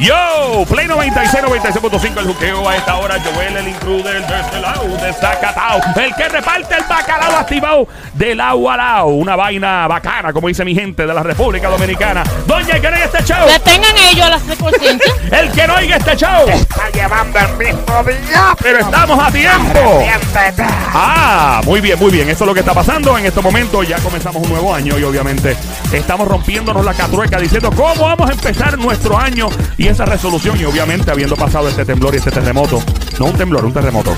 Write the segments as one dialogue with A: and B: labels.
A: Yo, Play 96, 96.5, el juqueo a esta hora. Joel, el intruder, desde el desacatado. El que reparte el bacalao activado del agua al lado. Una vaina bacana, como dice mi gente de la República Dominicana. Doña, el que no oiga este show.
B: Detengan ellos a las frecuencias.
A: El que no oiga este show.
C: Está llevando el mismo día.
A: Pero estamos a tiempo. Ah, muy bien, muy bien. Eso es lo que está pasando en estos momentos. Ya comenzamos un nuevo año y obviamente estamos rompiéndonos la catrueca diciendo cómo vamos a empezar nuestro año y esa resolución. Y obviamente habiendo pasado este temblor y este terremoto, no un temblor, un terremoto.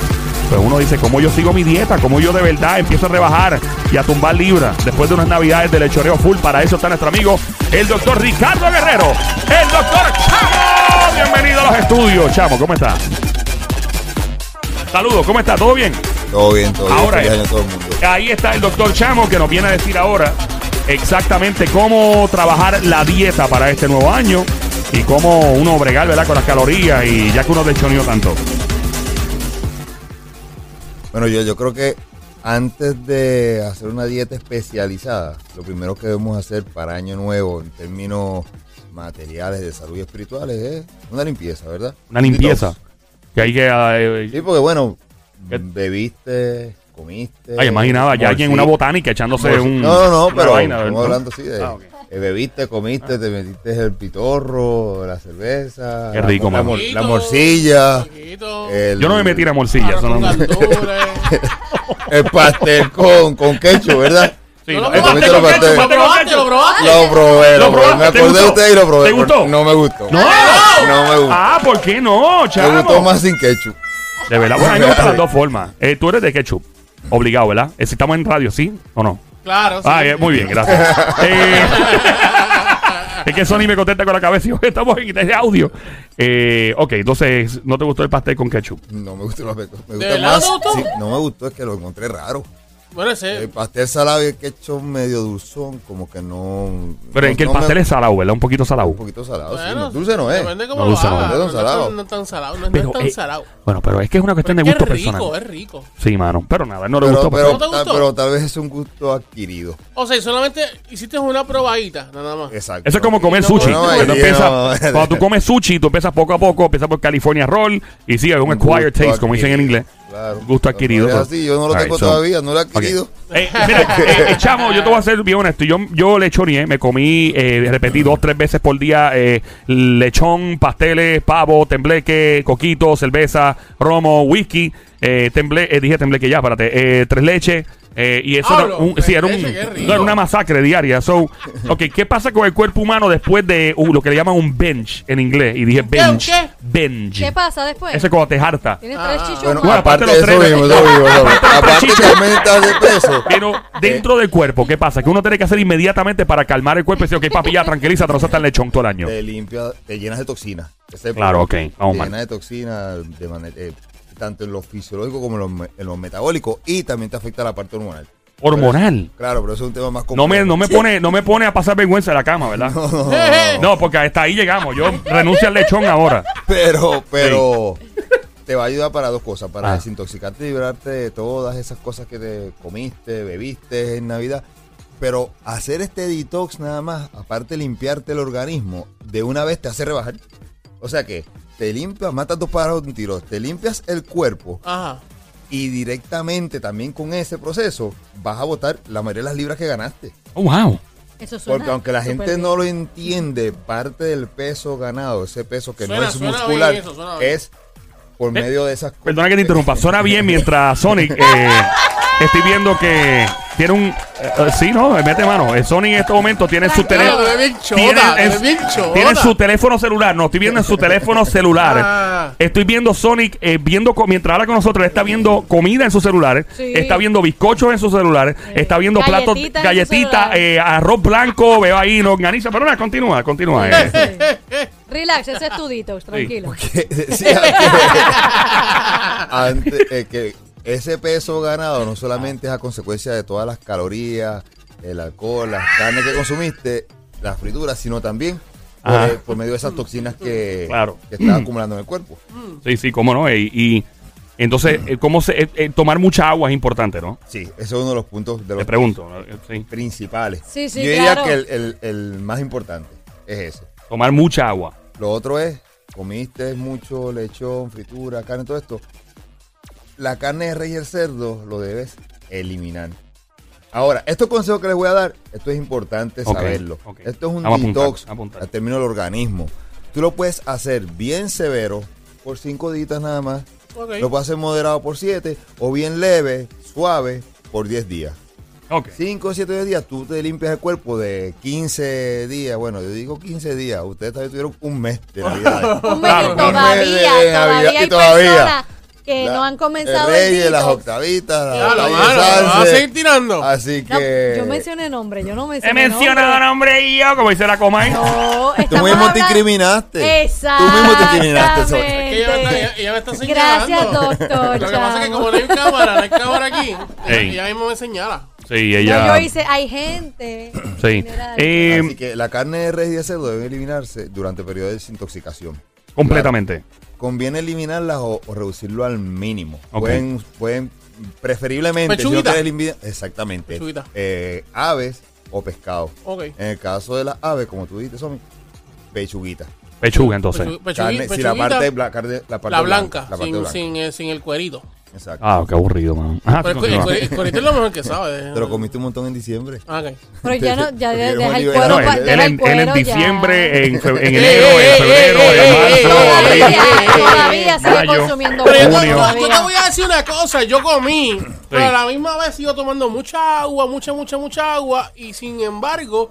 A: Pues uno dice, ¿cómo yo sigo mi dieta? ¿Cómo yo de verdad empiezo a rebajar y a tumbar libras después de unas navidades de lechoreo full? Para eso está nuestro amigo, el doctor Ricardo Guerrero, el doctor Chamo. Bienvenido a los estudios, Chamo, ¿cómo está? Saludos, ¿cómo está? ¿Todo bien?
D: Todo bien, todo bien.
A: Ahora
D: Feliz
A: es.
D: año a todo el mundo.
A: Ahí está el doctor Chamo que nos viene a decir ahora exactamente cómo trabajar la dieta para este nuevo año y cómo uno bregar, ¿verdad? Con las calorías y ya que uno dechoneó tanto.
D: Bueno, yo, yo creo que antes de hacer una dieta especializada, lo primero que debemos hacer para año nuevo en términos materiales de salud y espirituales es una limpieza, ¿verdad?
A: Una limpieza.
D: Detox.
A: Que hay que... eh,
D: Sí, porque bueno,
A: ¿Qué?
D: bebiste, comiste.
A: ay, imaginaba ya alguien en una
D: morci-
A: botánica echándose
D: morci-
A: un...
D: eh, No, no, no,
A: una
D: pero
A: vaina,
D: estamos
A: ¿no?
D: hablando así de.
A: Ah, ok. Ah.
D: eh, Bebiste, comiste, te metiste el pitorro, la cerveza,
A: Qué rico,
D: la,
A: mano.
D: mor- la morcilla. el-
A: Yo no me metí la morcilla.
B: Ahora
A: eso
B: con
A: no-
B: gandules.
D: el pastel con, con ketchup, ¿verdad?
A: Sí,
B: No,
A: no,
B: no,
A: eh,
B: no,
A: comete con
D: no, no,
A: ketchup,
D: no,
B: ¿Lo
A: comete con ketchup.
B: probaste? ¿Lo probaste?
D: Lo
A: ¿Lo
D: probé, lo probé.
A: probaste?
D: Me
A: ¿Te
D: acordé de
A: gustó?
D: usted y lo probé.
A: ¿Te
D: pero
A: gustó?
D: No me gustó.
A: No.
D: No me gustó.
A: Ah, ¿por qué no, Chamo?
D: me gustó más sin ketchup.
A: De verdad, bueno, a mí me gustan las dos formas. Eh, tú eres de ketchup, obligado, ¿verdad? Eh, si estamos en radio, ¿sí o no?
B: Claro. sí.
A: Ah, eh, muy bien, gracias. Eh, es que Sony me contesta con la cabeza y yo, estamos en este audio. Eh, ok, entonces, ¿no te gustó el pastel con ketchup?
D: No me gustó. Me gusta
B: ¿De verdad
D: más.
B: no te gustó? Eh.
D: sí, no me gustó, es que lo encontré raro.
B: Bueno,
D: El
B: ese.
D: pastel salado y el ketchup medio dulzón, como que no.
A: Pero
D: no-
A: es que el
D: no me-
A: pastel es salado, ¿verdad? Un poquito salado.
D: Un poquito salado, sí,
B: Bueno,
D: no, dulce no es.
B: Depende cómo
A: No,
B: lo
A: dulce no
B: hagas,
D: es. No es
B: No
D: tan salado.
B: es tan- no es tan salado. No
A: Pero,
B: es tan
A: eh,
B: salado.
A: Bueno, pero es que es una cuestión
B: Pero
A: de
B: es
A: gusto
B: que es
A: personal.
B: rico, es rico.
A: Sí, mano. Pero nada, no le
D: eh. Pero,
A: gustó.
D: pero,
B: ¿No te
D: tal,
B: gustó?
D: pero tal vez es un gusto adquirido.
B: O sea, solamente hiciste una probadita, nada más.
D: Exacto.
A: Eso es como comer
B: No,
A: sushi.
B: no,
A: cuando,
D: no,
A: empiezas-
D: no.
A: cuando tú comes sushi, tú empiezas poco a poco, empiezas por California Roll y sigue con un
D: gusto
A: acquired taste, como dicen en
D: adquirido.
A: inglés.
D: Claro.
A: Gusto adquirido. pues.
D: Es así, yo no lo
A: Alright,
D: tengo
A: so-
D: todavía, no lo he adquirido.
A: Eh, mira, eh, eh, chamo, yo te voy a ser bien honesto. Yo, yo lechoné, me comí, eh, repetí dos, tres veces por día eh, lechón, pasteles, pavo, tembleque, coquito, cerveza, romo, whisky. Eh, temble, eh, dije tembleque ya, espérate. eh, tres leches. eh, y eso era,
B: Pablo,
A: un- sí, era, un-
B: tres leches, qué rico.
A: no, era una masacre diaria. So, ok, ¿qué pasa con el cuerpo humano después de uh, lo que le llaman un bench en inglés? Y dije
B: ¿Qué,
A: bench.
B: qué?
A: Bench.
E: ¿Qué pasa después?
A: Ese cuando te harta.
E: Tienes
B: Ah,
E: tres
B: ah,
E: chichos
D: Bueno,
E: más.
A: Bueno, aparte
D: aparte,
A: los
D: de eso
A: tres-
D: mismo, eso mismo, eso mismo.
A: Aparte
D: Aparte
A: los
D: que
A: tres
D: aumentas de peso.
A: Pero dentro del cuerpo, ¿qué pasa? Que uno tiene que hacer inmediatamente para calmar el cuerpo y decir, ok, papi, ya tranquilízate, no seas tan lechón todo el año.
D: Te limpia, te llenas de toxinas. Ese es el
A: Claro,
D: problema.
A: ok. Vamos,
D: te
A: man.
D: llenas de toxinas de manera, eh, tanto en lo fisiológico como en lo, me- en lo metabólico y también te afecta la parte hormonal.
A: Hormonal.
D: Claro, pero eso es un tema más
A: No
D: complejo.
A: me, no me pone, no me pone a pasar vergüenza en la cama, ¿verdad?
B: Eh, eh.
A: No, porque hasta ahí llegamos. Yo renuncio al lechón ahora.
D: Pero, pero te va a ayudar para dos cosas, para
A: Ah.
D: desintoxicarte y librarte de todas esas cosas que te comiste, bebiste en Navidad. Pero hacer este detox nada más, aparte de limpiarte el organismo, de una vez te hace rebajar. O sea que te limpias, matas dos pájaros de un tiro, te limpias el cuerpo
B: Ajá.
D: y directamente también con ese proceso vas a botar la mayoría de las libras que ganaste.
A: Oh, wow.
E: Eso suena
D: Porque aunque la gente
E: súper
D: no lo entiende, parte del peso ganado, ese peso que
B: Suena-
D: no es
B: suena bien
D: muscular,
B: eso, suena bien.
D: es por medio de esas cosas.
A: Perdona que te interrumpa. Suena bien mientras Sonic eh, estoy viendo que tiene un. eh, eh, sí, no, eh, mete mano. Eh, Sonic en este momento tiene su
B: Claro,
A: teléfono.
B: te ve bien chota,
A: Tiene,
B: te
A: en-
B: ve bien chota.
A: tiene su teléfono celular. No, estoy viendo en su teléfono celular.
B: Ah.
A: Estoy viendo Sonic eh, viendo co- mientras habla con nosotros. él Está viendo comida en su celular.
E: Sí.
A: Está viendo bizcochos en su celular. Está viendo platos,
E: Galletitas en su
A: galletitas,
E: celular.
A: eh, arroz blanco. Veo ahí, no organiza. Pero nada, continúa, continúa. eh.
E: bien. Relax, ese es tu detox, tranquilo.
D: Que decía que- antes, eh, que ese peso ganado no solamente es a consecuencia de todas las calorías, el alcohol, las carnes que consumiste, las frituras, sino también por,
A: Ajá.
D: eh, por medio de esas toxinas que,
A: Claro.
D: que estás acumulando en el cuerpo.
A: Sí, sí, cómo no. eh, Y, entonces, eh, cómo se, eh, eh, tomar mucha agua es importante, ¿no?
D: Sí, ese es uno de los puntos de
A: Te
D: los
A: pregunto. ¿no? Eh, sí.
D: principales.
E: Sí, sí,
D: Yo diría
E: claro.
D: que el- el- el más importante es ese.
A: Tomar mucha agua.
D: Lo otro es comiste mucho lechón, fritura, carne, todo esto, la carne de rey y el cerdo lo debes eliminar. Ahora, estos consejos que les voy a dar, esto es importante
A: Ok,
D: saberlo.
A: ok.
D: Esto es un
A: Vamos a apuntar,
D: detox
A: apuntar.
D: a término del organismo. Tú lo puedes hacer bien severo por cinco días nada más.
B: Ok.
D: Lo puedes hacer moderado por siete o bien leve, suave por 10 días.
A: Ok.
D: 5 o 7 días, tú te limpias el cuerpo de 15 días. Bueno, yo digo 15 días. Ustedes todavía tuvieron un mes de Navidad.
E: Un mes
A: Claro,
E: y
A: claro.
D: Un
E: todavía,
D: mes de- de
E: todavía
D: Navidad
E: hay
D: y todavía.
E: personas que
D: La-
E: no han
D: el
E: comenzado el
D: rey, las
E: detox.
D: octavitas, la, Ah.
B: Ya, la
D: calle
B: mano,
D: Sánchez.
B: vas a seguir tirando.
D: Así
E: No,
D: que
E: yo mencioné nombre, yo no mencioné
A: He mencionado
E: nombre.
A: nombre y yo, como dice la ¿eh? Comay.
E: No,
D: tú
E: estamos
D: mismo te
E: hablando-
D: incriminaste.
E: Exacto.
D: Tú mismo te incriminaste. Sonia.
B: Que ella, me está, ella- ella me está señalando.
E: Gracias, doctor.
B: Lo que pasa es que
E: chamo.
B: como no hay cámara, no hay cámara aquí, ella,
A: Ey.
B: ella mismo me señala.
A: Sí,
E: No,
A: ella.
E: yo hice, hay gente.
A: Sí.
E: General.
A: Eh,
D: Así que la carne de res y de cerdo debe eliminarse durante el periodo de desintoxicación.
A: completamente.
D: Conviene eliminarlas o, o reducirlo al mínimo.
A: Ok.
D: Pueden, pueden preferiblemente, si no
B: Pechuguita.
D: quieres eliminar- exactamente,
B: Pechuguita.
D: eh, aves o pescado.
B: Ok.
D: En el caso de las aves, como tú dijiste, son pechuguita.
A: Pechuga, entonces.
B: Pechu- pechugui-
D: Carne, si la
B: pechuguita,
D: parte, la, carne- la parte
B: la blanca,
D: la parte
B: sin,
D: blanca.
B: Sin, eh, sin el cuerito.
D: Exacto.
A: Ah, qué aburrido, man. Ajá,
B: Pero el, cu- el
A: continúa.
B: cueri- el cuerito es lo mejor que sabes.
D: Te lo comiste un montón en diciembre.
B: Ah, ok.
E: Pero ya no, ya
D: Porque
E: de-
D: eres
E: deja el
D: Bolívar.
E: cuero.
A: No,
E: pa-
A: él, él
E: deja
A: en, él
E: el
A: en
E: cuero ya. Eh,
A: diciembre, en, fe- en
B: Ey,
A: enero,
B: ey,
A: en febrero,
B: ey,
A: en
B: ey,
A: marzo,
B: ey,
E: Todavía,
A: abril.
B: ey, ey,
E: todavía sigue
A: mayo.
E: consumiendo
B: Pero yo,
E: huevo,
B: te-
A: Junio.
B: yo te
E: todavía.
B: voy a decir una cosa, yo comí, pero a la misma vez sigo tomando mucha agua, mucha, mucha, mucha agua, y sin embargo,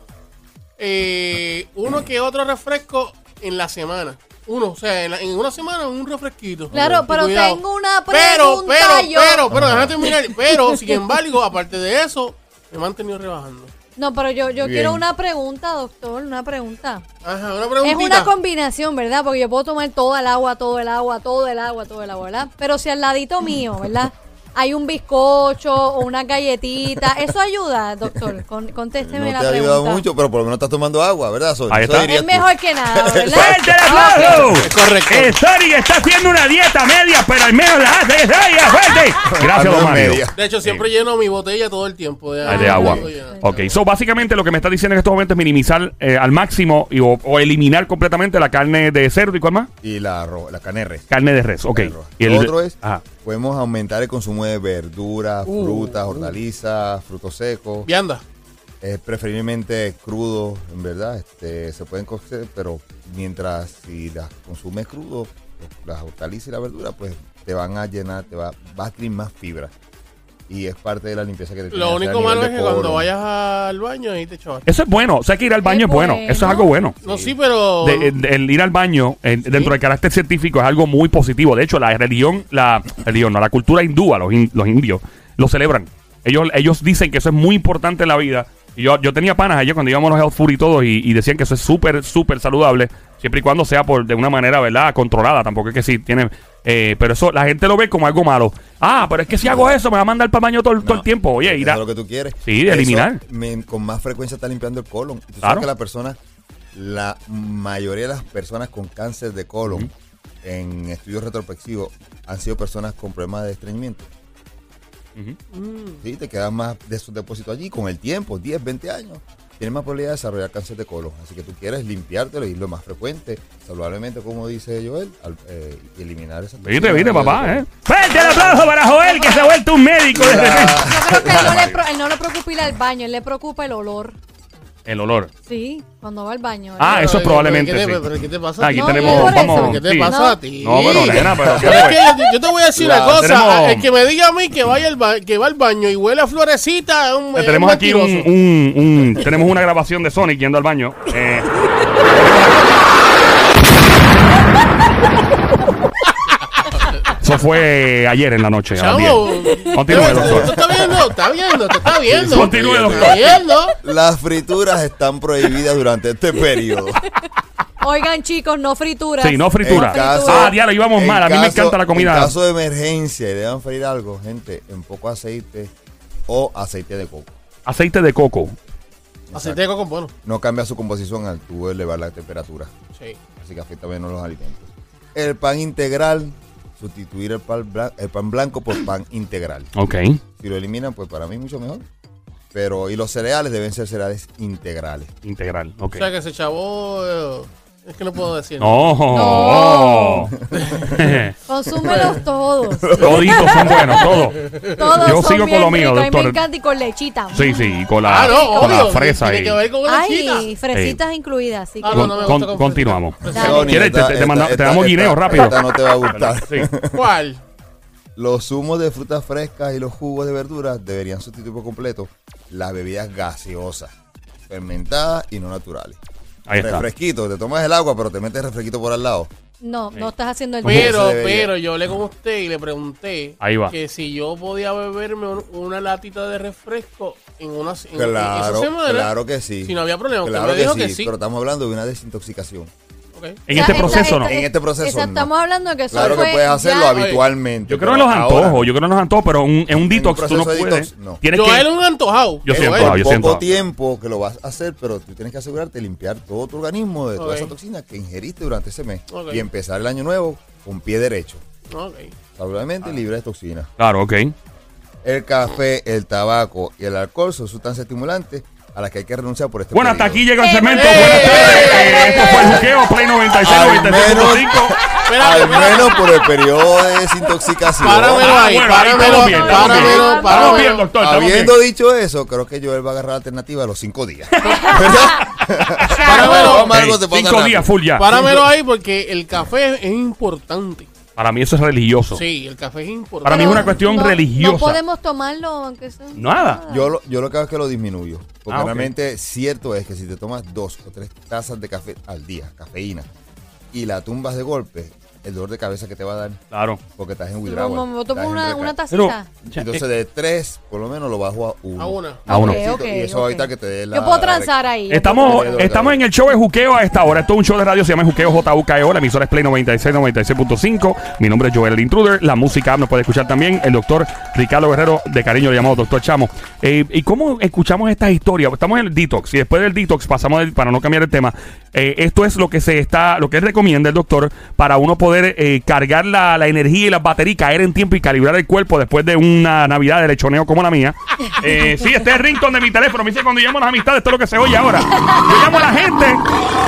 B: eh, uno que otro refresco en la semana. Uno, o sea, en, la- en una semana un refresquito.
E: Claro,
B: Y
E: pero tengo una
B: Pero,
E: pregunta
B: pero,
E: yo.
B: pero, pero, déjame terminar. Pero, sin embargo, aparte de eso, me he mantenido rebajando.
E: No, pero yo, yo
D: Bien.
E: quiero una pregunta, doctor, una pregunta.
B: Ajá, una
E: Es
B: preguntita.
E: una combinación, ¿verdad? Porque yo puedo tomar todo el agua, todo el agua, todo el agua, todo el agua, ¿verdad? Pero si al ladito mío, ¿verdad? Hay un bizcocho o una galletita. ¿Eso ayuda, doctor? Con- contésteme
D: no te
E: la
D: ha
E: pregunta.
D: ayudado mucho, pero por lo menos estás tomando agua, ¿verdad, Sonia?
A: Ahí
D: Eso
A: está.
D: dirías
E: Es
D: tú.
E: mejor que nada, ¿verdad?
A: ¡Fuerte el
E: Ah,
A: aplauso!
B: Correcto.
A: El Sony está haciendo una dieta media, pero al menos la hace ella, fuerte.
D: Al
A: Gracias,
D: menos
A: don Mario.
D: media.
B: De hecho, siempre lleno mi botella todo el tiempo.
A: Ah, de agua.
B: Todo lleno.
A: Ok, so básicamente lo que me está diciendo en estos momentos es minimizar eh, al máximo y, o, o eliminar completamente la carne de cerdo y cuál más?
D: Y la, ro- la carne de res.
A: Carne de res, ok.
D: Roja.
A: Y
D: Lo otro es,
A: Ajá.
D: podemos aumentar el consumo de verduras,
B: Uh.
D: frutas, hortalizas, frutos secos,
B: Vianda.
D: eh, preferiblemente crudos, en verdad, este, se pueden cocer, pero mientras si las consumes crudo, pues, las hortalizas y la verdura, pues te van a llenar, te va, va a adquirir más fibra. Y es parte de la limpieza que te tiene
B: Lo
D: hacer a
B: único
D: nivel
B: malo
D: de
B: es que cuando
D: colon.
B: vayas al baño ahí te chavas.
A: Eso es bueno, o sea que ir al baño es
E: Es
A: bueno,
E: bueno.
A: eso es algo bueno.
B: No, sí, pero.
A: De- el, el ir al baño el- dentro del carácter científico es algo muy positivo. De hecho, la religión, la religión, no, la cultura hindúa, los, in- los indios, lo celebran. Ellos, ellos dicen que eso es muy importante en la vida. Y yo, yo tenía panas ayer cuando íbamos a los health food y todo, y, y decían que eso es súper, súper saludable, siempre y cuando sea por de una manera, ¿verdad? Controlada, tampoco es que sí tiene. eh, pero eso, la gente lo ve como algo malo. Ah, pero es que si hago eso, me va a mandar para el baño todo, el- todo el
D: No, eh,
A: tiempo. Oye,
D: eso
A: ir a-
D: es lo que tú quieres.
A: Sí, de
D: Eso,
A: eliminar.
D: men, con más frecuencia está limpiando el colon. Y Tú
A: Claro.
D: sabes que la persona, la mayoría de las personas con cáncer de colon en estudios retrospectivos han sido personas con problemas de estreñimiento.
A: Ujú.
D: Sí, te quedan más de esos depósitos allí con el tiempo, 10, 20 años. Tienes más probabilidad de desarrollar cáncer de colon. Así que tú quieres limpiártelo y lo más frecuente, saludablemente, como dice Joel, al- eh, y eliminar esa.
A: Viste, viste, papá, ¿eh? ¡Fuerte el aplauso para Joel, que se ha vuelto un médico! desde-
D: La-
E: Yo creo que él no, le pro- él no le preocupa ir al baño, él le preocupa el olor.
A: El olor.
E: Sí, cuando va al baño.
A: Ah,
E: ¿verdad?
A: eso
B: Pero,
A: probablemente
B: ¿qué te-
A: sí.
B: pero ¿qué te pasa? a
A: Aquí
B: ti?
E: No,
A: tenemos-
E: no es por
A: vamos,
E: eso.
B: ¿Qué te
A: sí.
B: pasa
E: No.
B: a ti?
A: No, pero nena, pero ¿qué
B: Es
A: fue?
B: que yo, yo te voy a decir
D: La-
B: una cosa.
A: tenemos-
B: El que me diga a mí que vaya al, ba- que va al baño y huele a florecita es un. es
A: tenemos
B: un
A: aquí un,
B: mentiroso.
A: un- un- tenemos una grabación de Sonic yendo al baño. Eh, eso fue ayer en la noche. a las
B: Chamo,
A: 10. Continúe,
B: te-
A: doctor.
B: te está viendo, está viendo, te está viendo.
A: Continúe,
B: Te
A: doctor.
B: está viendo.
D: Las frituras están prohibidas durante este periodo.
E: Oigan, chicos, no frituras.
A: Sí, no fritura.
E: En caso-
A: ah, diablo, íbamos
D: en
A: mal. A mí me
D: caso-
A: encanta la comida.
D: En caso de emergencia y deban freír algo, gente, en poco aceite o aceite de coco.
A: Aceite de coco.
B: Aceite de coco, bueno.
D: No cambia su composición al tú elevar la temperatura.
B: Sí.
D: Así que afecta menos los alimentos. El pan integral, sustituir el pan, blan- el pan blanco por pan integral.
A: Ok.
D: Si lo eliminan, pues para mí mucho mejor. Pero, y los cereales deben ser cereales integrales.
A: Integral.
B: O
A: Ok.
B: sea que ese chavo. eh, Es que no puedo decir.
A: No.
E: Consúmelos todos.
A: Toditos son buenos, todos.
E: Todos
A: Yo
E: son
A: sigo
E: bien
A: con lo mío,
E: ricos, a mí
A: doctor.
E: Me encanta y con lechita.
A: Sí, sí, y con la,
B: Ah, no,
A: con la
B: obvio.
A: fresa
B: Tiene
A: ahí.
B: que ver con una
E: Ay,
B: chita.
E: fresitas incluidas. Así que
B: Ah,
A: Con-
B: no, no me
A: con-
B: gusta con
A: continuamos.
E: Dale.
D: Sony,
A: ¿Quieres? Te-
D: esta-
A: te- te
D: esta-
A: manda- te
D: esta-
A: damos guineo
D: esta-
A: rápido.
D: Esta no te va a gustar.
A: Sí.
B: ¿Cuál?
D: Los zumos de frutas frescas y los jugos de verduras deberían sustituir por completo las bebidas gaseosas, fermentadas y no naturales.
A: Ahí está.
D: Refresquito, te tomas el agua, pero te metes refresquito por al lado.
E: No, no estás haciendo el bien.
B: Pero,
D: se debería.
B: pero yo hablé con usted y le pregunté
A: Ahí va.
B: que si yo podía beberme un- una latita de refresco en una en- en esa
D: Claro,
B: semana.
D: claro que sí.
B: Si no había problema, usted
D: Claro
B: me
D: que
B: dijo
D: sí,
B: que sí.
D: pero estamos hablando de una desintoxicación.
B: Ok.
A: En
E: O sea,
A: este
E: esta-
A: proceso no.
E: esta-
D: En este proceso
E: Exacto,
D: no.
E: Estamos hablando que eso
D: Claro
E: fue
D: que puedes hacerlo
E: ya-
D: habitualmente.
A: Yo creo
D: pero
A: en los
D: ahora,
A: antojos, yo creo en los antojos, pero un- en un detox tú no
D: proceso de
A: puedes.
D: detox, no.
A: Tienes
B: Yo
A: que-
B: era un antojado.
A: Yo
B: Pero
A: siempre,
B: bueno,
A: yo
D: Por
A: siento-
D: poco tiempo que lo vas a hacer, pero tú tienes que asegurarte de limpiar todo tu organismo de toda
B: Ok.
D: esa toxina que ingeriste durante ese mes
B: Ok.
D: y empezar el año nuevo con pie derecho,
B: ok. Ah.
D: saludablemente y libre de toxinas.
A: Claro, ok.
D: El café, el tabaco y el alcohol son sustancias estimulantes a las que hay que renunciar por este
A: Bueno, hasta
D: periodo.
A: aquí llega el
E: Eh,
A: segmento.
E: eh,
A: Buenas tardes.
B: eh,
A: Eh, Esto fue el buqueo Play 96,
D: Al
A: 96.5.
B: Espérate,
D: Al
B: espérate.
D: menos por el periodo de desintoxicación.
B: Páramelo
A: Ah,
B: ahí,
A: bueno, ahí
B: páramelo,
A: estamos bien, estamos bien.
B: páramelo,
A: Estamos bien,
B: páramelo.
A: doctor, estamos bien.
D: Habiendo dicho eso, creo que Joel va a agarrar la alternativa a los cinco días. ¿Verdad?
B: Páramelo.
D: Vamos a
A: Ok,
D: algo que se ponga
A: Cinco días
D: rápido.
A: full ya.
B: Páramelo ahí porque el café es importante.
A: Para mí eso es religioso.
B: Sí, el café es importante.
A: Para mí es una cuestión
E: no-
A: religiosa.
E: No podemos tomarlo, aunque sea.
A: Nada.
D: Yo lo, yo lo que hago es que lo disminuyo. Porque
A: Ah, ok.
D: realmente cierto es que si te tomas dos o tres tazas de café al día, cafeína, y la tumbas de golpe, el dolor de cabeza que te va a dar,
A: Claro.
D: porque estás en
E: Tú
D: withdrawal.
E: como- como
D: estás
E: tomas
D: en
E: una,
D: recaída.
E: una
A: Pero,
E: tacita.
D: Entonces de tres, por lo menos lo bajo a uno.
B: A una.
A: A uno.
E: Ok, ok,
D: Y eso va a evitar
E: ok.
D: que te dé la...
E: Yo puedo
D: la-
E: transar ahí. yo puedo
A: Estamos,
E: transar.
A: estamos en el show de Juqueo a esta hora. Esto es un show de radio, se llama Juqueo JUKEO. La E. emisora es Play 96, 96.5. Mi nombre es Joel el Intruder. La música nos puede escuchar también el doctor Ricardo Guerrero, de cariño le llamamos doctor Chamo. Eh, ¿Y cómo escuchamos estas historias? Estamos en el detox y después del detox pasamos, del- para no cambiar el tema, eh, esto es lo que se está, lo que él recomienda el doctor para uno poder eh, cargar la, la energía y las baterías, y caer en tiempo y calibrar el cuerpo después de una Navidad de lechoneo como la mía. Eh, sí, este es el ringtone de mi teléfono. Me dice cuando llamo a las amistades, esto es lo que se oye ahora. Yo llamo a la gente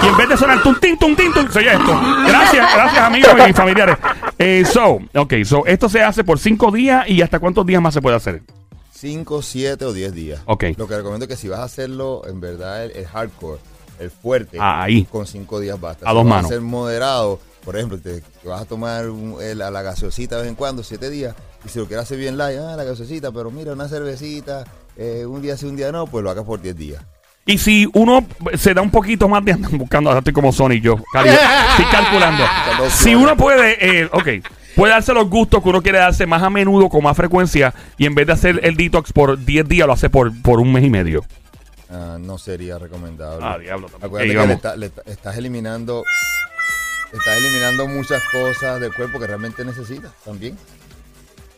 A: y en vez de sonar tum, tin, tum, tin, tum, se oye esto. Gracias, gracias amigos y mis familiares. Eh, so, ok, so, esto se hace por cinco días y hasta cuántos días más se puede hacer.
D: 5, 7 o 10 días.
A: Ok.
D: Lo que recomiendo es que si vas a hacerlo, en verdad, el, el hardcore, el fuerte,
A: Ah, Ahí.
D: con 5 días basta.
A: A
D: Si
A: dos
D: vas
A: manos.
D: a ser moderado, por ejemplo, te, que vas a tomar un- el- a la gaseosita de vez en cuando, 7 días, y si lo quieres hacer bien light, ah, la gaseosita, pero mira, una cervecita, eh, un día sí, un día no, pues lo hagas por 10 días.
A: Y si uno se da un poquito más de andan buscando, ahora estoy como Sonic yo, cari- estoy calculando. Si uno puede, eh, ok, puede darse los gustos que uno quiere darse más a menudo, con más frecuencia, y en vez de hacer el detox por 10 días, lo hace por, por un mes y medio.
D: Ah, no sería recomendable.
A: Ah, diablo, tampoco.
D: Acuérdate
A: Ahí
D: que le
A: vamos.
D: está- le está- estás eliminando... Estás eliminando muchas cosas del cuerpo que realmente necesitas también.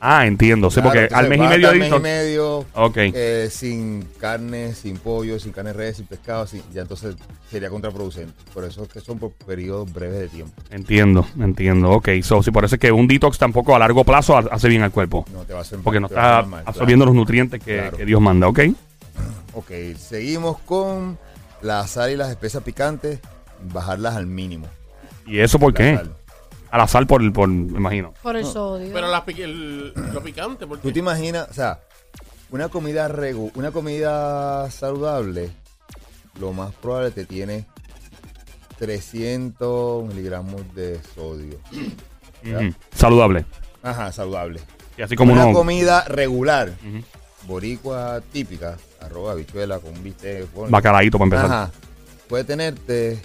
A: Ah, entiendo, sí,
D: Claro,
A: porque
D: entonces
A: al mes y
D: vas
A: medio
D: hasta el
A: detox.
D: mes y medio,
A: Ok.
D: eh, sin carne, sin pollo, sin carne de res, sin pescado, sin- ya entonces sería contraproducente. Por eso es que son por periodos breves de tiempo.
A: Entiendo, entiendo. Ok, so, sí, por eso es que un detox tampoco a largo plazo ha- hace bien al cuerpo.
D: No te va a hacer mal,
A: Porque no
D: te va a hacer
A: está
D: mal,
A: absorbiendo los nutrientes que,
D: Claro.
A: que Dios manda, ¿ok?
D: claro. Ok, seguimos con la sal y las especias picantes, bajarlas al mínimo.
A: ¿Y eso por
D: La
A: qué?
D: sal.
A: A la sal por, por me imagino.
E: Por el sodio.
B: Pero la, pic- el- lo picante,
D: ¿Tú
B: porque
D: te imaginas, o sea, una comida regu, una comida saludable, lo más probable te tiene 300 miligramos de sodio. ¿verdad?
A: Ujú. Saludable.
D: Ajá, saludable.
A: Y así como
D: una
A: uno...
D: comida regular,
A: Ujú.
D: boricua típica, arroba habichuela con un bistec, con-
A: Bacalaíto para empezar.
D: Ajá. Puede tenerte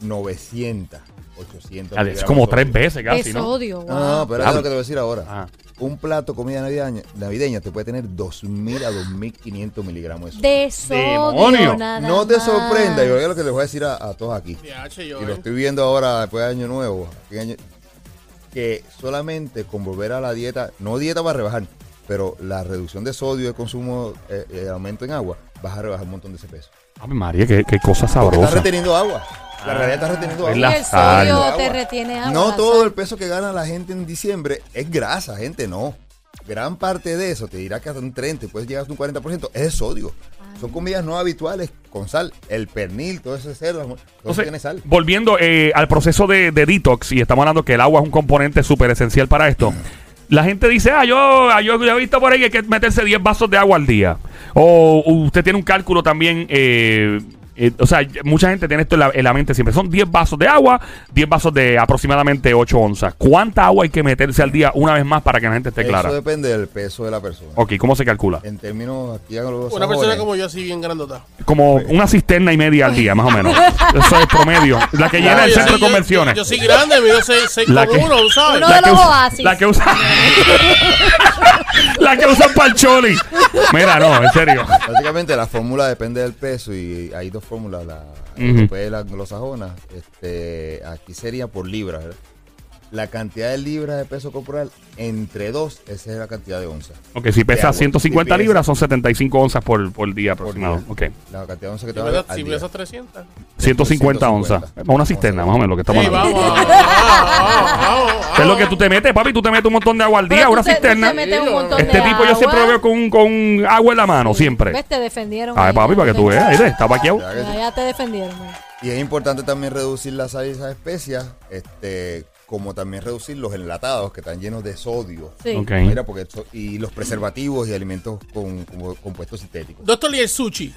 D: 900, 800.
A: Dale, es
D: miligramos
A: como
D: de
A: tres
D: sodio.
A: veces
E: de
A: casi, ¿no?
E: sodio.
D: No,
E: wow.
D: no, pero eso es
A: Diablo.
D: lo que te voy a decir ahora.
A: Ajá.
D: Un plato de comida navideña, navideña te puede tener 2000 a 2500 miligramos de sodio.
E: De sodio.
A: Demonio.
E: nada
D: No te
E: más.
D: sorprenda, yo creo que es lo que les voy a decir a, a todos aquí.
B: DH
D: Y
B: yo.
D: lo
B: eh.
D: estoy viendo ahora después de Año Nuevo. aquí en año- que solamente con volver a la dieta, no dieta para rebajar, pero la reducción de sodio, el consumo, eh, el aumento en agua, vas a rebajar un montón de ese peso.
A: Ave María, qué, qué cosa
D: Porque estás
A: sabrosa.
D: reteniendo agua. La realidad estás reteniendo
A: Ah. es
E: Y
D: agua.
A: la
E: el
A: sal.
E: sodio
D: Agua.
E: te retiene agua.
D: No
E: la
D: todo
E: sal.
D: el peso que gana la gente en diciembre es grasa, gente, no. Gran parte de eso, te dirá que hasta un 30, puedes llegar hasta un 40%, es sodio.
E: Ah,
D: Son comidas no habituales con sal. El pernil, todo ese cerdo, todo eso
A: Entonces,
D: tiene sal.
A: volviendo eh, al proceso de, de detox, y estamos hablando que el agua es un componente súper esencial para esto. La gente dice, ah, yo, ah, yo, yo he visto por ahí que hay que meterse 10 vasos de agua al día. O usted tiene un cálculo también, eh, eh, o sea, mucha gente tiene esto en la, en la mente siempre. Son 10 vasos de agua, 10 vasos de aproximadamente 8 onzas. ¿Cuánta agua hay que meterse al día una vez más para que la gente esté clara?
D: Eso depende del peso de la persona.
A: Ok, ¿cómo se calcula?
D: En términos aquí anglosajones,
B: Una persona como yo así bien grandota.
A: Como una cisterna y media al día, más o menos. Eso es promedio. La que llena
B: No,
A: el
B: yo
A: centro
B: sí-
A: de convenciones.
B: Yo, yo soy grande, mido 6
A: La que-
B: como 1, ¿tú sabes?
E: Uno
A: La
E: de
A: que
E: los
A: usa-
E: oasis.
A: La que usa. la que usan para el choli. Mira, no, en serio.
D: Básicamente la fórmula depende del peso y hay dos fórmulas, la
A: Ujú.
D: después de la anglosajona, este, aquí sería por libras, ¿verdad? La cantidad de libras de peso corporal entre dos, esa es la cantidad de onzas.
A: Ok, si pesa
D: agua,
A: 150
D: si pesa-
A: libras, son 75 onzas por, por día
D: por
A: aproximado.
D: día.
A: Ah, Ok.
D: La cantidad de onzas que te
B: Si
D: va a dar
B: pesas-
D: al
B: Si
D: día.
B: pesas 300.
A: 150 onzas. Eh, Una cisterna, más o menos, lo que estamos
B: Sí, vamos,
A: hablando.
B: vamos, vamos, vamos,
A: ¿Qué es lo que tú te metes, papi? Tú te metes un montón de agua al día,
E: Pero tú
A: una
E: te- tú te
A: cisterna.
E: metes un montón de
A: Este tipo yo siempre lo
E: agua.
A: veo con, con agua en la mano, siempre.
E: ¿Ves? Te defendieron.
A: Ay,
E: ahí,
A: Pues, papi,
E: ya
A: para que
E: te-
A: tú veas. Ahí está vaqueado.
D: Ya que-
E: Ya, ya te defendieron. mira.
D: Y es importante también reducir la sal y esas especias, este, como también reducir los enlatados que están llenos de sodio.
E: Sí.
A: Ok.
D: Mira, porque esto- y los preservativos y alimentos con, con compuestos sintéticos.
B: Doctor, y el sushi.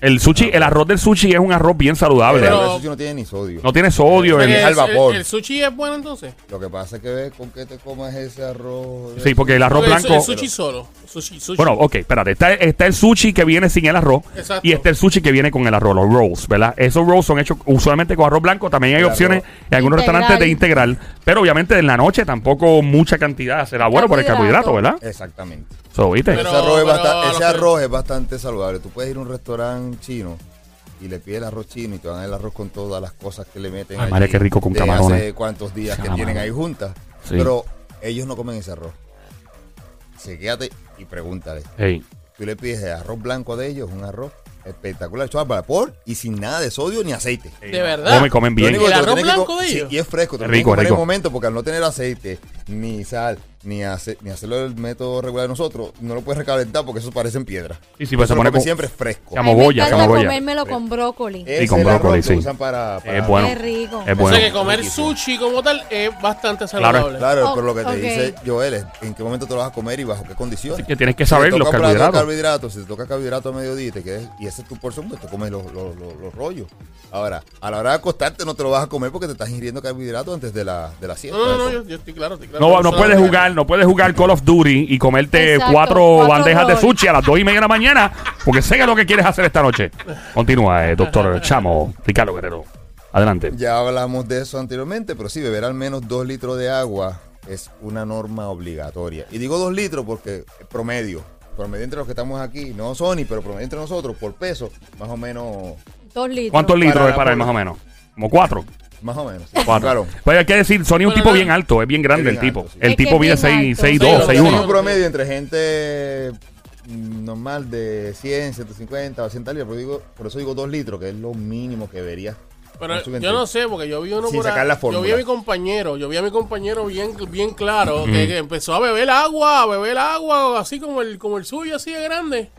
A: El sushi, el arroz del sushi es un arroz bien saludable.
D: Pero,
B: Pero-
D: eso sí no tiene ni sodio.
A: no tiene sodio.
D: Pero
A: el-
B: Porque
D: al vapor.
B: El, el sushi es bueno entonces.
D: Lo que pasa es que ves con qué te comas ese arroz.
A: sí, porque el arroz
B: Porque el su-
A: blanco.
B: El, sushi solo. Sushi, sushi.
A: Bueno, ok, espérate. Está, está el sushi que viene sin el arroz.
B: Exacto.
A: Y está el sushi que viene con el arroz, los rolls, ¿verdad? Esos rolls son hechos usualmente con arroz blanco. También hay
D: Claro.
A: opciones en algunos
E: Integral.
A: restaurantes de integral. Pero obviamente en la noche tampoco mucha cantidad. Será bueno por el carbohidrato, ¿verdad?
D: Exactamente.
A: So, ¿viste?
B: Pero-
D: ese arroz, es,
B: pero
D: basta-
B: a lo
D: ese
B: que-
D: arroz es bastante saludable. Tú puedes ir a un restaurante chino y le pides el arroz chino y te dan el arroz con todas las cosas que le meten.
A: Ay,
D: allí
A: María, qué rico con
D: de
A: camarones.
D: Hace cuántos días que
A: Camarones.
D: tienen ahí juntas.
A: Sí.
D: Pero ellos no comen ese arroz. Se quédate y pregúntale.
A: Ey,
D: Tú le pides el arroz blanco de ellos, un arroz espectacular, hecho al vapor y sin nada de sodio ni aceite.
A: eh,
B: De verdad.
A: Comen, comen bien.
D: Lo
B: ¿El
D: único que te lo
B: arroz
D: tienes que
B: blanco
D: co-
B: de
D: sí,
B: ellos?
D: y es fresco. te lo
A: Rico,
D: tienes que comer en
A: rico.
D: el momento porque al no tener aceite, ni sal, ni, hace- ni hacerlo el método regular de nosotros, no lo puedes recalentar porque eso parecen piedras.
A: Sí, sí, pues se
D: Eso lo
A: pone
D: comes
A: con-
D: siempre fresco.
A: Llamo
E: Ay, me
A: Goya,
E: encanta
A: llamo Goya.
E: comérmelo con brócoli.
D: Ese
A: con
D: es el arroz
A: brócoli,
D: que
A: sí.
D: usan para- para-
A: Es bueno.
E: Qué rico.
A: Es
B: O
A: bueno.
B: sea que comer
D: Riquísimo.
B: sushi como tal es bastante
A: Claro,
B: saludable.
D: Claro,
E: Oh,
D: pero lo que te
E: ok.
D: dice Joel es en qué momento te lo vas a comer y bajo qué condiciones.
A: Así que tienes que
D: Si te
A: saber
D: toca
A: los
D: un plato de
A: carbohidratos.
D: carbohidratos, Si te toca carbohidrato a mediodía y te quedas, y ese es tu porción, pues te comes los, los- los- los rollos. Ahora, a la hora de acostarte no te lo vas a comer porque te estás ingiriendo carbohidratos antes de la, de la siesta.
B: No, no, no, yo, yo estoy claro, estoy claro.
A: No, no puedes
B: Solamente-
A: jugar, no puedes jugar Call of Duty y comerte
E: Exacto,
A: cuatro,
E: cuatro
A: bandejas de
E: rolls.
A: sushi a las dos y media de la mañana, porque sé que es lo que quieres hacer esta noche. Continúa, eh, doctor Chamo, Ricardo Guerrero. Adelante.
D: Ya hablamos de eso anteriormente, pero sí, beber al menos dos litros de agua es una norma obligatoria. Y digo dos litros porque el promedio, promedio entre los que estamos aquí, no Sony, pero promedio entre nosotros, por peso, más o menos,
E: Dos litros.
A: ¿Cuántos litros
D: la
A: es para él, más o
D: bola.
A: menos? Como cuatro.
D: más o menos.
A: Cuatro.
D: Claro.
A: Pero hay que decir, Sony es un
B: Bueno,
A: tipo
B: no.
A: bien alto, es bien grande
D: Es
A: el
D: bien
A: tipo.
D: alto, sí.
A: El
E: Es
A: tipo
E: que
A: mide
E: es bien
A: 6,
E: alto.
A: 6,
B: Sí,
A: 2,
B: lo
A: 6,
B: que
D: Tenemos
A: 1.
D: un promedio entre gente mm, normal de 100, 150, 200 libras, pero digo, por eso digo dos litros, que es lo mínimo que debería.
B: Pero yo no sé, porque yo vi uno
D: Sin
B: ahí-
D: sacar la
B: Yo vi
D: fórmula.
B: a mi compañero, yo vi a mi compañero bien, bien claro, que, que empezó a beber agua, a beber agua, así como el, como el suyo, así de grande.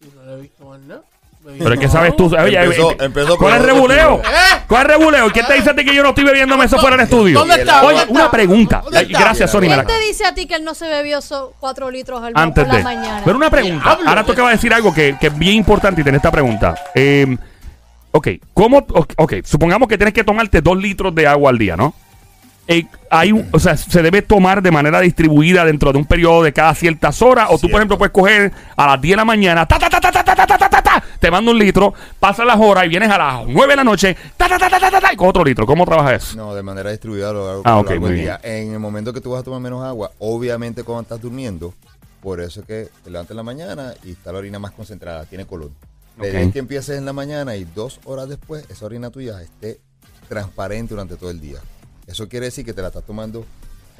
B: Y no le he visto más nada. Bebí
A: Pero es que
B: agua.
A: sabes tú. Oye,
D: Empezó-
A: eh,
D: empezó
A: ¿Cuál es el
D: con-
A: rebuleo?
B: ¿Eh?
A: ¿Cuál es el rebuleo? ¿Quién te dice a ti que yo no estoy bebiéndome eso fuera del estudio?
B: ¿Dónde está?
A: Oye,
B: ¿Dónde está?
A: una pregunta.
B: ¿Dónde está?
A: Gracias, Sony. me la-
E: ¿Quién te dice a ti que él no se bebió so- cuatro litros al día
A: antes
E: por la
A: de.
E: mañana?
A: Pero una pregunta.
B: Diablo.
A: Ahora toca decir algo que, que es bien importante y tener esta pregunta. Eh, ok, ¿cómo? ok, Ok, supongamos que tienes que tomarte dos litros de agua al día, ¿no? Eh, hay, un- o sea, se debe tomar de manera distribuida dentro de un periodo de cada ciertas horas. O tú, por ejemplo, puedes coger a las 10 de la mañana, ta, ta, ta, ta, ta, ta, ta, ta, ta, ta, ta, te mando un litro, pasan las horas y vienes a las 9 de la noche, ta, ta, ta, ta, ta, ta, ta, y con otro litro. ¿Cómo trabaja eso?
D: No, de manera distribuida a lo largo,
A: Ah,
D: a lo
A: ok,
D: largo
A: muy
D: del día. En el momento que tú vas a tomar menos agua, obviamente cuando estás durmiendo, por eso es que te levantas en la mañana y está la orina más concentrada, tiene color. Desde
A: Ok.
D: que empieces en la mañana y dos horas después, esa orina tuya esté transparente durante todo el día. Eso quiere decir que te la estás tomando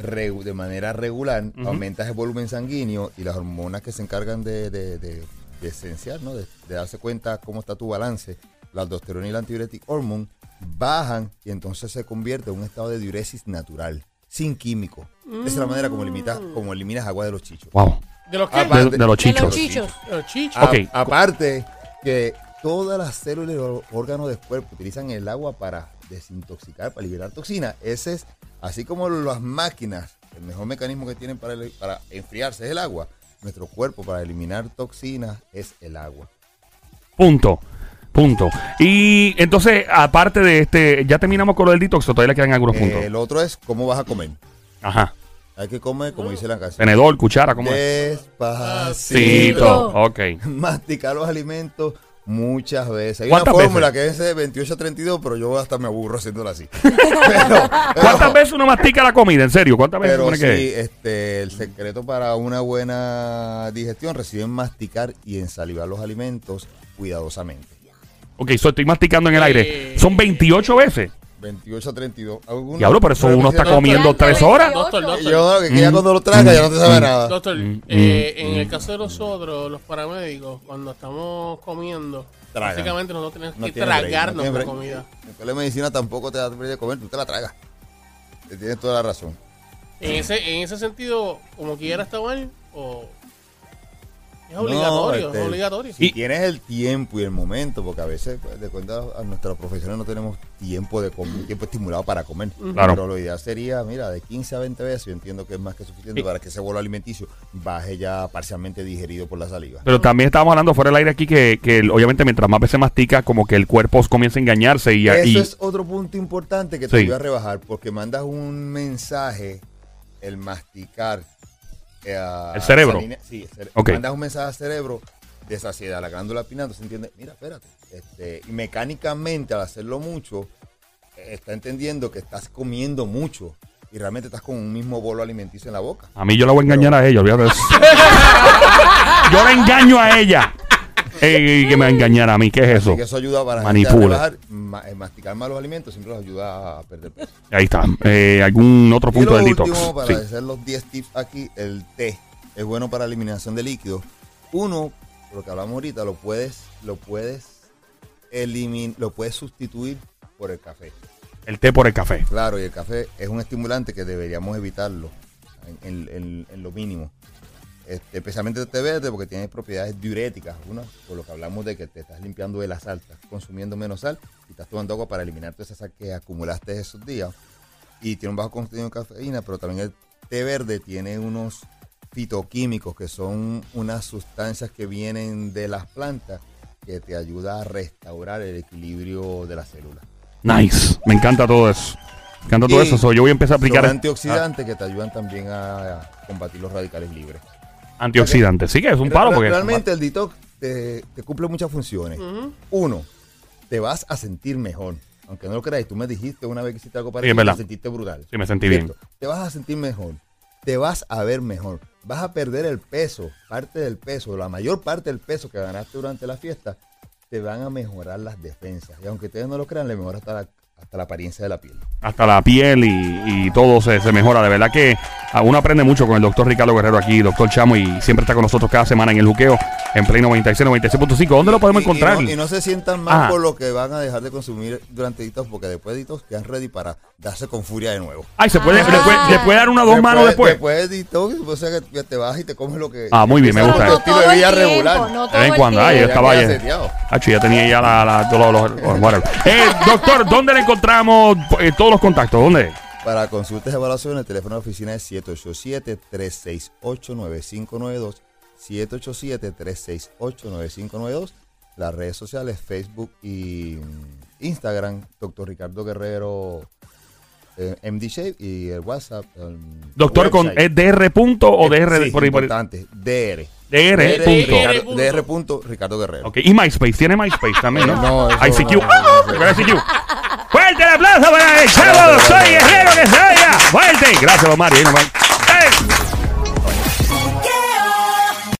D: regu- de manera regular, aumentas el volumen sanguíneo y las hormonas que se encargan de, de, de- de esenciar, ¿no? de, de darse cuenta cómo está tu balance, la aldosterona y la antidiuretic hormone, bajan y entonces se convierte en un estado de diuresis natural, sin químico. Esa es la manera como, limita- como eliminas agua de los chichos.
A: Wow.
B: ¿De los qué?
D: Aparte-
A: de, de los
E: De los
A: chichos.
E: chichos.
B: De los chichos.
D: A-
A: Ok.
D: Ah, Aparte que todas las células y los órganos del cuerpo utilizan el agua para desintoxicar, para liberar toxinas. Ese es, así como las máquinas, el mejor mecanismo que tienen para, el- para enfriarse es el agua. Nuestro cuerpo para eliminar toxinas es el agua.
A: Punto. Punto. Y entonces, aparte de este, ya terminamos con lo del detox, o todavía le quedan algunos puntos.
D: el otro es cómo vas a comer.
A: Ajá.
D: Hay que comer como dice la canción.
A: Tenedor, cuchara, ¿cómo
D: Eh,
A: es?
D: Despacito.
A: Cito.
E: Despacito.
A: Ok.
D: Masticar los alimentos muchas veces. Hay una
A: ¿Cuántas
D: fórmula que es de 28 a 32, pero yo hasta me aburro haciéndola así. Pero-
A: ¿Cuántas veces uno mastica la comida? En serio, ¿cuántas veces
D: Pero
A: supone
D: sí,
A: que es?
D: este, el secreto para una buena digestión reside en masticar y en salivar los alimentos cuidadosamente.
A: Ok, so estoy masticando en el aire. Son 28 veces.
D: 28 a 32. Algunos-
A: Diablo, pero eso uno está
D: Yo-
A: comiendo Mm.
E: Tanto,
A: tres horas.
B: Doctor,
E: 28.
B: doctor.
D: Yo, que ya cuando lo traga ya no te
A: Mm.
D: sabe nada.
B: Doctor, eh,
D: mm,
B: en el caso de nosotros, los paramédicos, cuando estamos comiendo,
D: Tragan.
B: básicamente nosotros tenemos
D: No
B: que
D: tiene break,
B: tragarnos
D: no tiene
B: la
D: break.
B: comida.
D: Porque la medicina tampoco te da tiempo de comer, tú te la tragas. Te tienes toda la razón.
B: En ese, en ese sentido, como quiera está mal, o es
D: No,
B: obligatorio,
D: este,
B: es obligatorio.
D: Si tienes el tiempo y el momento, porque a veces, pues, de cuenta, a nuestras profesiones no tenemos tiempo de comer, tiempo estimulado para comer.
A: Claro.
D: Pero lo ideal sería, mira, de 15 a 20 veces, yo entiendo que es más que suficiente para que ese bolo alimenticio baje ya parcialmente digerido por la saliva.
A: Pero también estábamos hablando fuera del aire aquí que, que el- obviamente mientras más veces mastica, como que el cuerpo comienza a engañarse y, y-
D: Eso es otro punto importante que te
A: Sí.
D: voy a rebajar, porque mandas un mensaje, el masticar. eh, a-
A: El cerebro.
D: saline- sí, el cere-
A: Ok.
D: mandas un mensaje al cerebro de saciedad, la glándula pineal, se entiende, mira, espérate. Este, y mecánicamente, al hacerlo mucho, eh, está entendiendo que estás comiendo mucho y realmente estás con un mismo bolo alimenticio en la boca.
A: A mí yo la voy a engañar a ella, olvídate de eso. yo la engaño a ella. Ey, que me va a engañar a mí, ¿qué es eso?
D: Así que eso ayuda para la
A: Manipula.
D: a rebajar, ma- eh, masticar malos alimentos, siempre los ayuda a perder peso.
A: Ahí está. Eh, ¿Algún otro punto
D: y
A: del
D: lo
A: detox?
D: último, para
A: Sí.
D: hacer los 10 tips aquí, el té es bueno para eliminación de líquidos. Uno, lo que hablamos ahorita, lo puedes, lo puedes elimin lo puedes sustituir por el café.
A: El té por el café.
D: Claro, y el café es un estimulante que deberíamos evitarlo en, en- en- en lo mínimo. Este, especialmente el té verde porque tiene propiedades diuréticas. Una, por lo que hablamos de que te estás limpiando de la sal, estás consumiendo menos sal y estás tomando agua para eliminar toda esa sal que acumulaste esos días. Y tiene un bajo contenido de cafeína, pero también el té verde tiene unos fitoquímicos que son unas sustancias que vienen de las plantas que te ayuda a restaurar el equilibrio de las células.
A: Nice. Me encanta todo eso. Me encanta todo
D: Y
A: eso. So, yo voy a empezar a aplicar
D: Son antioxidantes que te ayudan también a a combatir los radicales libres.
A: ah, antioxidantes. Sí que es un paro
D: Re-
A: porque...
D: Realmente el detox te, te cumple muchas funciones. Uno, te vas a sentir mejor. Aunque no lo creas, tú me dijiste una vez que hiciste algo para
A: es
D: ti,
A: verdad.
D: te sentiste brutal.
A: Sí, me sentí
D: ¿Cierto?
A: bien.
D: Te vas a sentir mejor. Te vas a ver mejor. Vas a perder el peso, parte del peso, la mayor parte del peso que ganaste durante la fiesta, te van a mejorar las defensas. Y aunque ustedes no lo crean, le mejora hasta la, hasta la apariencia de la piel.
A: hasta la piel y, y todo se, se mejora. De verdad que ah, uno aprende mucho con el doctor Ricardo Guerrero aquí, doctor Chamo, y siempre está con nosotros cada semana en el juqueo en Play 96, 96.5. ¿Dónde lo podemos
D: Y- y
A: encontrar?
D: no- Y no, se sientan mal
A: Ajá.
D: por lo que van a dejar de consumir durante detox, porque después de detox quedan ready para darse con furia de nuevo.
A: Ay, ¿se puede,
E: Ah.
A: le, puede, le puede dar una o dos manos después?
D: Después de detox, o sea que te vas y te comes lo que.
A: Ah, muy bien, me
E: Pero
A: gusta
E: no
A: eso.
E: todo
D: Estilo de
E: el
D: vida
E: tiempo,
D: regular.
E: no
A: De
E: todo
A: vez en
E: el
A: cuando, ay, yo
E: tiempo.
A: estaba
D: Ya queda
A: ya.
D: seteado.
A: Acho, ya tenía ya la, la- los- los- los- whatever. Eh, doctor, ¿dónde le encontramos eh, todos los contactos? ¿Dónde?
D: Para consultas y evaluaciones, el teléfono de la oficina es 787-368-9592. 787-368-9592. Las redes sociales, Facebook y mm, Instagram, Dr. Ricardo Guerrero eh, MD Shape y el WhatsApp. el
A: Doctor, con
D: website. Eh,
A: eh, DR. Punto, o DR.
D: Sí,
A: por ahí, por ahí.
D: importante, DR.
A: DR. punto.
B: DR.
D: Ricardo- DR. punto Ricardo Guerrero.
A: Ok, Y MySpace, tiene MySpace también, ¿no?
D: No, eso
A: ICQ.
D: no, no, no.
A: Con ICQ. Fuerte el aplauso para el chavo, soy guerrero que se oiga. Fuerte. Gracias, don Mario. Ahí Eh, nomás.